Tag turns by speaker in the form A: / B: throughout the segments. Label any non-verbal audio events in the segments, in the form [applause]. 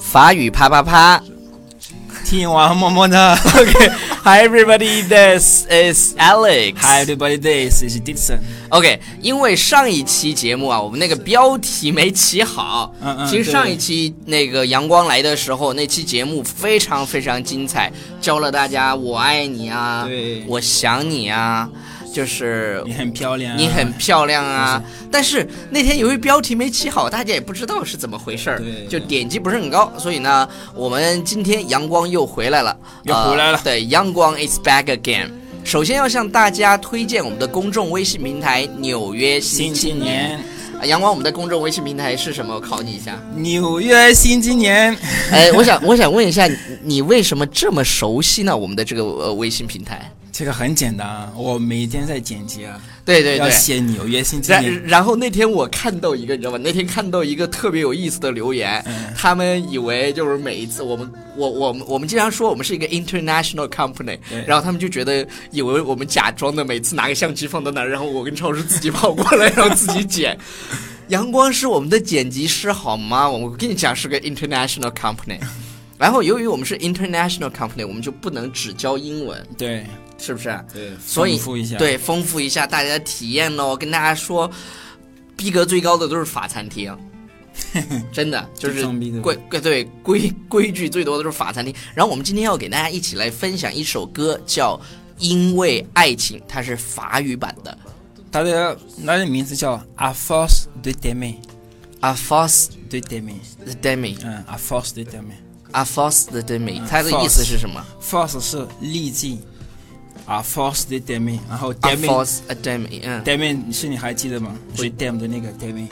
A: 法语啪啪啪。
B: 听完么么
A: [laughs]
B: 哒。
A: Okay, [laughs] hi everybody, this is Alex.
B: Hi everybody, this is Dixon.
A: OK，因为上一期节目啊，我们那个标题没起好。
B: 嗯嗯
A: 其实上
B: 对
A: 一期那个阳光来的时候，那期节目非常非常精彩，教了大家我爱你啊，
B: 对
A: 我想你啊，就是
B: 你很漂亮啊，
A: 你很漂亮啊。
B: 嗯
A: 但是那天由于标题没起好，大家也不知道是怎么回事儿
B: 对，
A: 就点击不是很高。所以呢，我们今天阳光又回来了，
B: 又
A: 呃
B: 回来了
A: 对，阳光 is back again。首先要向大家推荐我们的公众微信平台《纽约
B: 新
A: 青
B: 青年，
A: 啊阳光，我们的公众微信平台是什么？我考你
B: [laughs]
A: 一下。
B: 纽约新青年。
A: 哎，我想我想问一下，你为什么这么熟悉呢？我们的这个呃微信平台？
B: 这个很简单啊，我每天在剪辑啊，
A: 对对
B: 要
A: 对，
B: 写纽约新青年。
A: 然然后那天我看到一个，你知道吗？那天看到一个特别有意思的留言，
B: 嗯
A: 他们以为就是每一次我们我我们我们经常说我们是一个 international company，
B: 对
A: 然后他们就觉得以为我们假装的每次拿个相机放到那儿，然后我跟超叔自己跑过来，然后自己剪。 [laughs] 阳光是我们的剪辑师好吗？我跟你讲是个 international company。然后由于我们是 international company，我们就不能只教英文，
B: 对
A: 是不是？
B: 对，
A: 所以
B: 丰富一下。
A: 对，丰富一下大家的体验喽。跟大家说，逼格最高的都是法餐
B: [laughs]
A: 厅，真的就
B: 最
A: 是
B: 装逼的
A: 规规对规规矩最多的都是法餐厅。然后我们今天要给大家一起来分享一首歌，叫《因为爱情》，它是法语版的
B: 他的他的名字叫 A Force de Demi
A: 《A Force
B: de Demi，
A: the Demi》
B: 嗯，A Force de Demi。
A: ，《A Force the Demi》，它的
B: Force
A: 意思是什么
B: Force 是力劲，A Force de Demi，然后
A: ？A
B: Demi
A: Force a Demi，嗯，
B: Demi 是你还记得吗？是 Dem 的那个 Demi。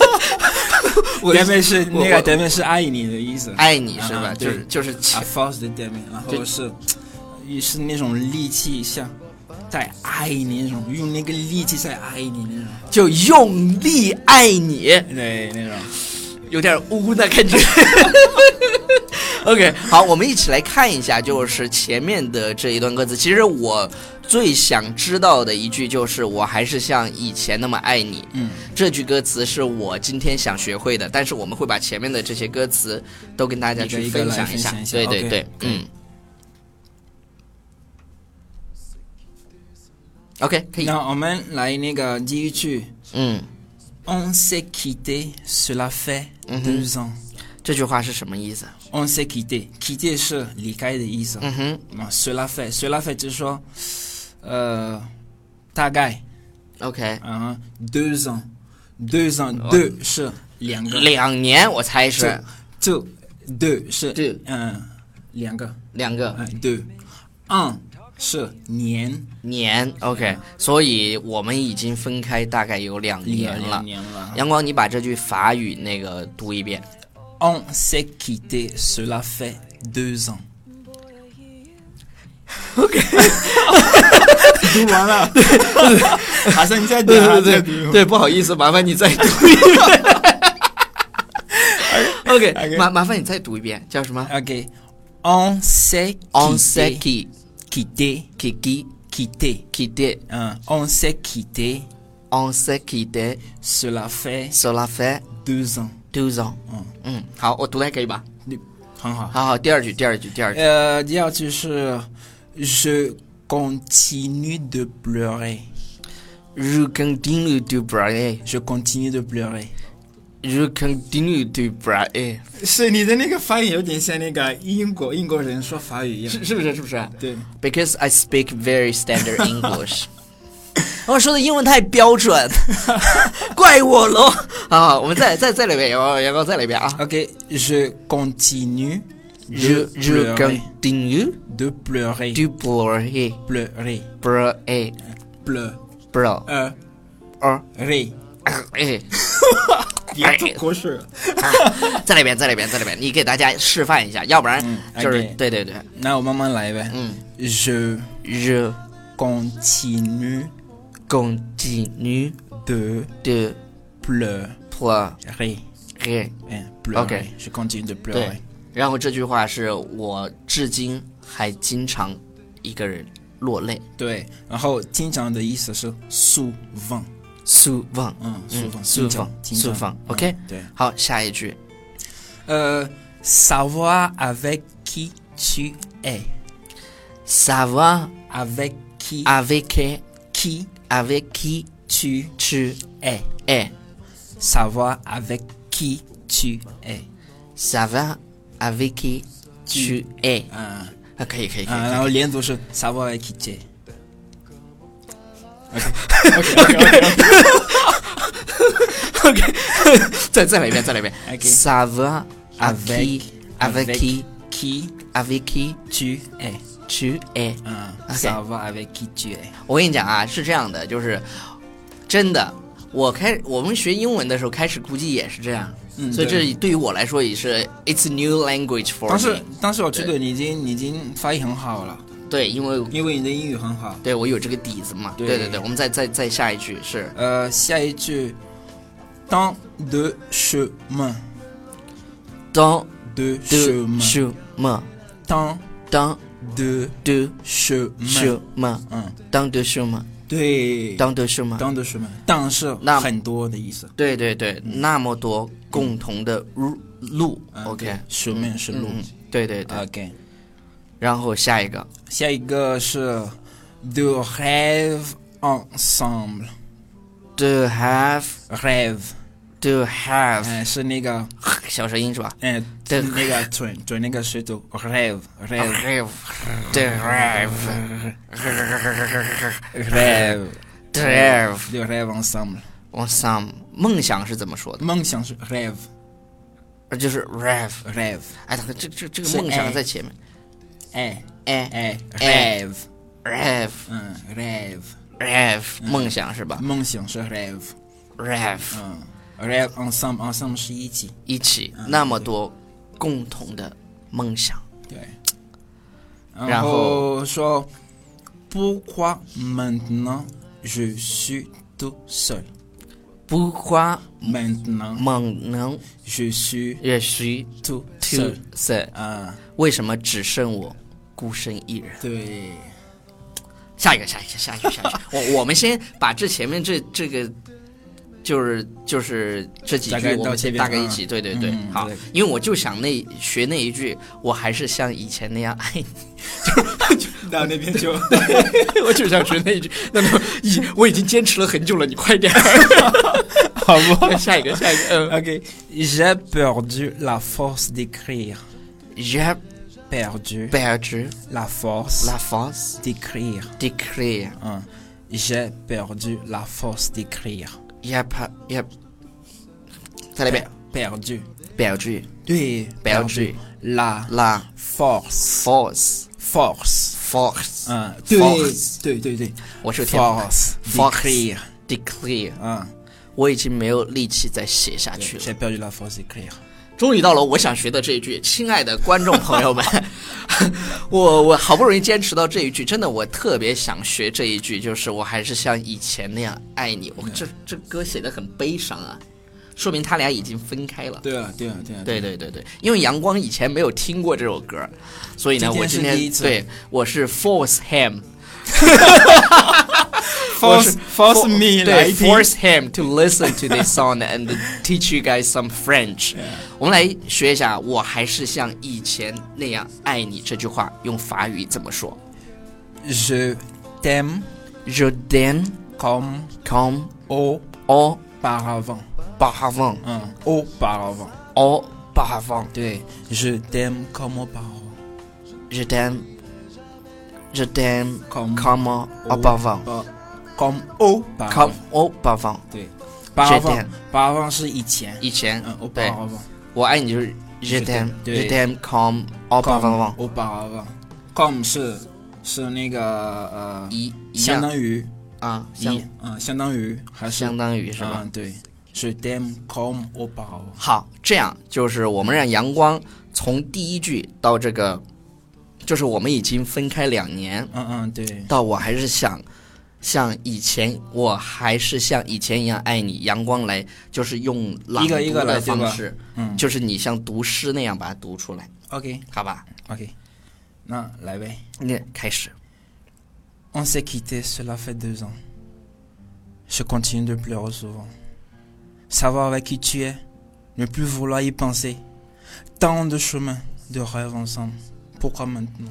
A: [laughs] 我
B: Demi 是
A: 我
B: 那个
A: 我
B: Demi 是爱你的意思。
A: 爱你是吧？
B: 啊
A: 就
B: 对
A: 是就是
B: 啊 force 的 Demi，然后是也是那种力气，像在爱你那种，用那个力气在爱你那种，
A: 就用力爱你。
B: 对那种。
A: 有点污的
B: [laughs]
A: 感觉。OK，好，我们一起来看一下，就是前面的这一段歌词。其实我最想知道的一句就是“我还是像以前那么爱你”。
B: 嗯，
A: 这句歌词是我今天想学会的，但是我们会把前面的这些歌词都跟大家
B: 一个
A: 去
B: 一个来
A: 享
B: 分
A: 下。
B: 享一下
A: 对对
B: OK，
A: 对
B: 可以
A: 嗯。OK，可以。
B: 那我们来那个第一句
A: 嗯，
B: ，On s'est quitté, cela fait
A: 嗯哼
B: deux ans。
A: 这句话是什么意思？
B: On s'est quitté，quitté 是离开的意思。
A: 嗯哼
B: 那 cela fait，cela fait 就是说，呃，大概，
A: ，OK，
B: 嗯，deux Hein? ans，deux ans，deux 是两个，
A: 两年我猜是
B: 这。就 deux 是
A: Deux
B: 嗯两个，
A: 两个
B: 嗯 deux，un 是年
A: 年，OK，所以我们已经分开大概有两年了
B: 两。年了。
A: 阳光，你把这句法语那个读一遍。
B: On s'est quitté, cela fait deux ans。OK，读完了，还是你再读，还是
A: [laughs]
B: 再读。
A: 对，不好意思，麻烦你再读一遍。OK，
B: OK
A: 麻麻烦你再读一遍，叫什么
B: OK。On s'est
A: ？On
B: quitté,
A: seki
B: quitté,
A: kiki
B: quitté.
A: kide
B: 嗯，on Hein, s'est quitté,
A: on seki de
B: cela fait
A: cela fait
B: deux ans。
A: deux ans。
B: 嗯
A: 嗯，好，我读的还可以吧？
B: 你很好。
A: 好好，第二句，第二句，第二句。
B: Euh, dire tu sais, je continue de pleurer.
A: Je continue de pleurer,
B: Je continue de pleurer.
A: je continue de pleurer，
B: 是你的那个发音
A: hein,
B: 有点像那个英国英国人说法语一样。
A: 是是不是？是不是？
B: 对，
A: Because I speak very standard English 。 [laughs] 我说的英文太标准， [laughs] 怪我喽！啊，我们再再再来一遍，阳光阳光再来一遍啊
B: OK, je continue
A: ！Je
B: de
A: je
B: pleurer.
A: continue
B: De pleurer.
A: to pleurer,
B: pleurer.
A: pleurer,
B: Pleurer.
A: pleurer, pleurer 别吐
B: 口水。
A: [laughs] 再来一遍，再来一遍，再来一遍！你给大家示范一下，要不然
B: 嗯
A: 就是、
B: OK
A: 对对对，
B: 那我慢慢来呗。
A: 嗯
B: hein. ，Je
A: ，je
B: continue
A: continue
B: de
A: de
B: pleurer.
A: pleurer。
B: 嗯，pleurer.
A: OK
B: Je continue de
A: 对
B: pleurer.，
A: 然后这句话是我至今还经常一个人落泪。
B: 对，然后经常的意思是 souvent，
A: 苏放，
B: 嗯，souvent，
A: 苏
B: 经
A: 放
B: 常，经
A: 苏
B: 常
A: 放
B: 嗯
A: ，OK，
B: 对
A: 好，下一句
B: 呃，savoir avec qui tu es。
A: Ça va
B: avec qui
A: Ah. avec
B: qui
A: avec qui
B: tu
A: tu
B: es
A: es
B: savoir avec qui tu es
A: Ça va avec qui tu es
B: 啊
A: 啊，可以可以可
B: 啊，
A: 以
B: 然后连读是 savoir avec qui tu es。
A: ，OK，再 [laughs] 再来一遍，再来一遍
B: OK
A: Ça va
B: Avec-
A: avec avec qui
B: qui
A: avec qui
B: tu es？
A: tu es
B: 嗯
A: OK
B: ，savoir avec qui tu es？
A: 我跟你讲啊，是这样的，就是真的，我开我们学英文的时候开始估计也是这样，
B: 嗯
A: 所以这对于我来说也是 it's a new language for
B: 当时
A: me。
B: 当时我
A: Euh.
B: 觉得你已经你已经发音很好了，
A: 对，因为
B: 因为你的英语很好。
A: 对我有这个底子嘛。
B: 对
A: 对对对，我们再再再下一句是
B: 呃，下一句，dans de chemin
A: dans
B: de
A: do
B: chemin
A: 什么
B: dans
A: dans
B: de
A: do
B: chemin，
A: 什么
B: 嗯，
A: 当 do 什么
B: 对
A: 当 do 什么？
B: dans de chemin，但是
A: 那
B: 很多的意思。
A: 对对对，那么多共同的路路
B: 嗯对
A: ，OK，Mm-hmm.
B: chemin 是路。
A: 嗯，对对对，
B: OK，
A: 然后下一个
B: 下一个是 de rêve ensemble。
A: to have
B: rêve，
A: to have
B: 哎，是那个，
A: 小舌音是吧？
B: 哎，
A: 对
B: 那个准准那个水读 rêve，rêve，rêve，
A: Drive, drive, drive
B: de rêve ensemble。
A: ensemble。梦想是怎么说的？
B: 梦想是 rêve，rêve，
A: 呃就是 rev。哎，他这这这个
B: 是
A: 梦想
B: A
A: 在前面。
B: 哎
A: 哎
B: 哎
A: 哎
B: Eh, ，rêve，
A: ，rev
B: 嗯，rêve，
A: rev 梦想是吧
B: 梦想是 rêve，
A: ？rev
B: 嗯，rêve ensemble，ensemble 是一起，
A: 一起那么多共同的梦想。
B: 对。
A: 然
B: 然
A: 后
B: 后说，pourquoi maintenant je suis tout seul？
A: 不花
B: maintenant
A: 猛能
B: je suis
A: 也需
B: tout
A: to
B: seul。Ah,
A: say，
B: 啊，
A: 为什么只剩我孤身一人？
B: 对，
A: 下一个，下一个，下一个， [laughs] 下一个。我我们先把这前面这这个，就是就是这几
B: 大
A: 句，
B: 概
A: 我
B: 到
A: 们
B: 这
A: 先
B: 边
A: 大概
B: 啊
A: 一起，对对对，
B: 嗯
A: 好
B: 对。
A: 因为我就想那学那一句，我还是像以前那样爱你。
B: 到那边 [laughs] 就
A: [laughs] 我就想学那一句， [laughs] 那么已我已经坚持了很久了，你快点儿。
B: 好不
A: [laughs] 下 [laughs] 一个，下一个。嗯
B: OK, j'ai perdu la force d'écrire.
A: J'ai
B: Perdu
A: perdu
B: la force
A: la force
B: d'écrire.
A: d'écrire.
B: 嗯，j'ai perdu la force d'écrire.
A: J'ai pas j'ai 再来
B: Eh
A: 一遍
B: perdu.
A: ，perdu
B: 对
A: ，perdu
B: la
A: la
B: force
A: force
B: force.
A: force
B: 嗯，
A: force
B: 对对对
A: 我是有天赋。
B: ，force
A: Force
B: d'écrire.
A: declare，
B: 嗯，
A: 我已经没有力气再写下去了。
B: j'ai perdu la force d'écrire.
A: 终于到了我想学的这一句，亲爱的观众
B: [laughs]
A: 朋友们，我我好不容易坚持到这一句，真的我特别想学这一句，就是我还是像以前那样爱你。我这这歌写的很悲伤啊，说明他俩已经分开了。
B: 对啊，对啊，对啊，
A: 对对对对，因为阳光以前没有听过这首歌，所以呢，
B: 今天
A: 我今
B: 是第
A: 天
B: 一次
A: 对我是 force him。
B: ，force force me 来
A: 对
B: 听。
A: ，force him to listen to this song and teach you guys some French。我们来学一下，我还是像以前那样爱你这句话用法语怎么说
B: Je t'aime
A: ？Je t'aime
B: comme
A: comme auparavant,
B: auparavant. 嗯，auparavant，
A: auparavant。
B: 对，Je t'aime comme auparavant，
A: Je t'aime, je t'aime
B: Comme
A: comme auparavant,
B: Oh. ，comme auparavant，
A: comme auparavant。
B: 对
A: t'aime
B: ，auparavant，auparavant 是以前，
A: 以前
B: 嗯，
A: 对，
B: Uh, ，auparavant，
A: 我爱你就是 je t'aime, je
B: 对
A: t'aime comme auparavant。
B: ，auparavant，comme 是是那个呃，
A: 一一
B: 相
A: 样
B: 当于
A: 啊，相
B: 一，嗯，相当于还是
A: 相当于是吧？
B: 嗯，对，Je t'aime comme auparavant，
A: 好，这样就是我们让阳光从第一句到这个，就是我们已经分开两年，
B: 嗯嗯，对，
A: 到我还是想像以前，我还是像以前一样爱你。阳光来就是用朗
B: 一个一
A: 读
B: 个
A: 的
B: 来对吧
A: 方式，
B: 嗯
A: 就是你像读诗那样把它读出来，
B: ，OK
A: 好吧？
B: OK，那来呗。
A: 那开始，
B: On s'est quitté, cela fait deux ans. Je continue de pleurer souvent. Savoir avec qui tu es, ne plus vouloir y penser. Tant de chemins de rêve ensemble. Pourquoi maintenant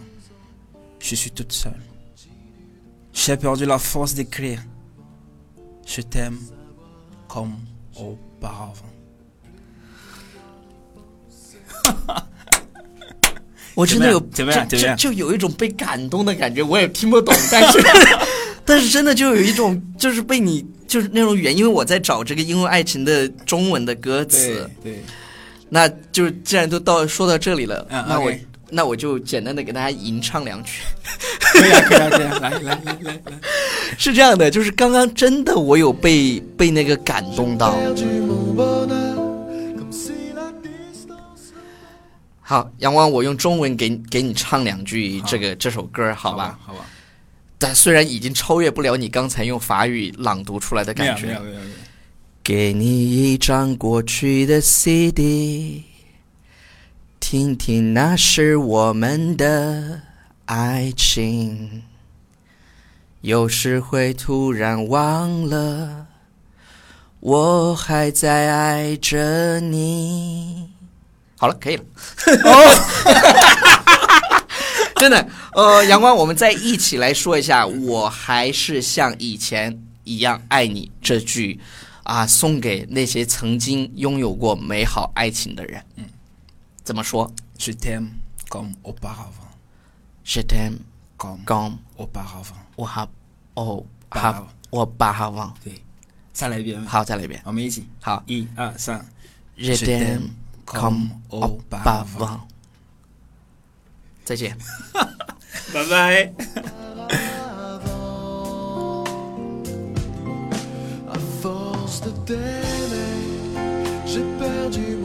B: Je suis toute seule. J'ai perdu la force d'écrire. Je t'aime comme auparavant.
A: 我真的有
B: 怎么样
A: 就
B: 怎么
A: 就
B: 样
A: 就有一种被感动的感觉，我也听不懂，
B: [laughs]
A: 但是 [laughs] 但是真的就有一种就是被你就是那种原因，因为我在找这个因为爱情的中文的歌词，
B: 对，
A: 那就是既然都到说到这里了，
B: 嗯
A: 那我
B: OK
A: 那我就简单的给大家吟唱两曲。 [laughs]
B: 可以啊，可以啊，可以啊，来来来来来，
A: 是这样的，就是刚刚真的我有被被那个感动到。好，阳光，我用中文给你给你唱两句这个这首歌，好吧？，
B: 好吧，
A: 但虽然已经超越不了你刚才用法语朗读出来的
B: 没有
A: 感
B: 没有
A: 觉。
B: 没有没有，
A: 给你一张过去的 CD，听听那是我们的爱情。有时会突然忘了，我还在爱着你。好了，可以了。 [laughs] 真的，呃，阳光，我们再一起来说一下，我还是像以前一样爱你这句啊，送给那些曾经拥有过美好爱情的人。嗯，怎么说
B: Je t'aime comme auparavant，
A: ？Je t'aime
B: comme
A: comme
B: auparavant，
A: 我哈哦
B: 巴哈
A: 哈
B: 望
A: 我巴哈望。
B: 对，再来一遍，
A: 好，再来一遍。
B: 我们一起，
A: 好
B: 一二三
A: ，Je t'aime comme
B: comme
A: 我巴
B: auparavant，
A: 望。再见。
B: 拜拜。
C: À force de t'aimer, j'ai perdu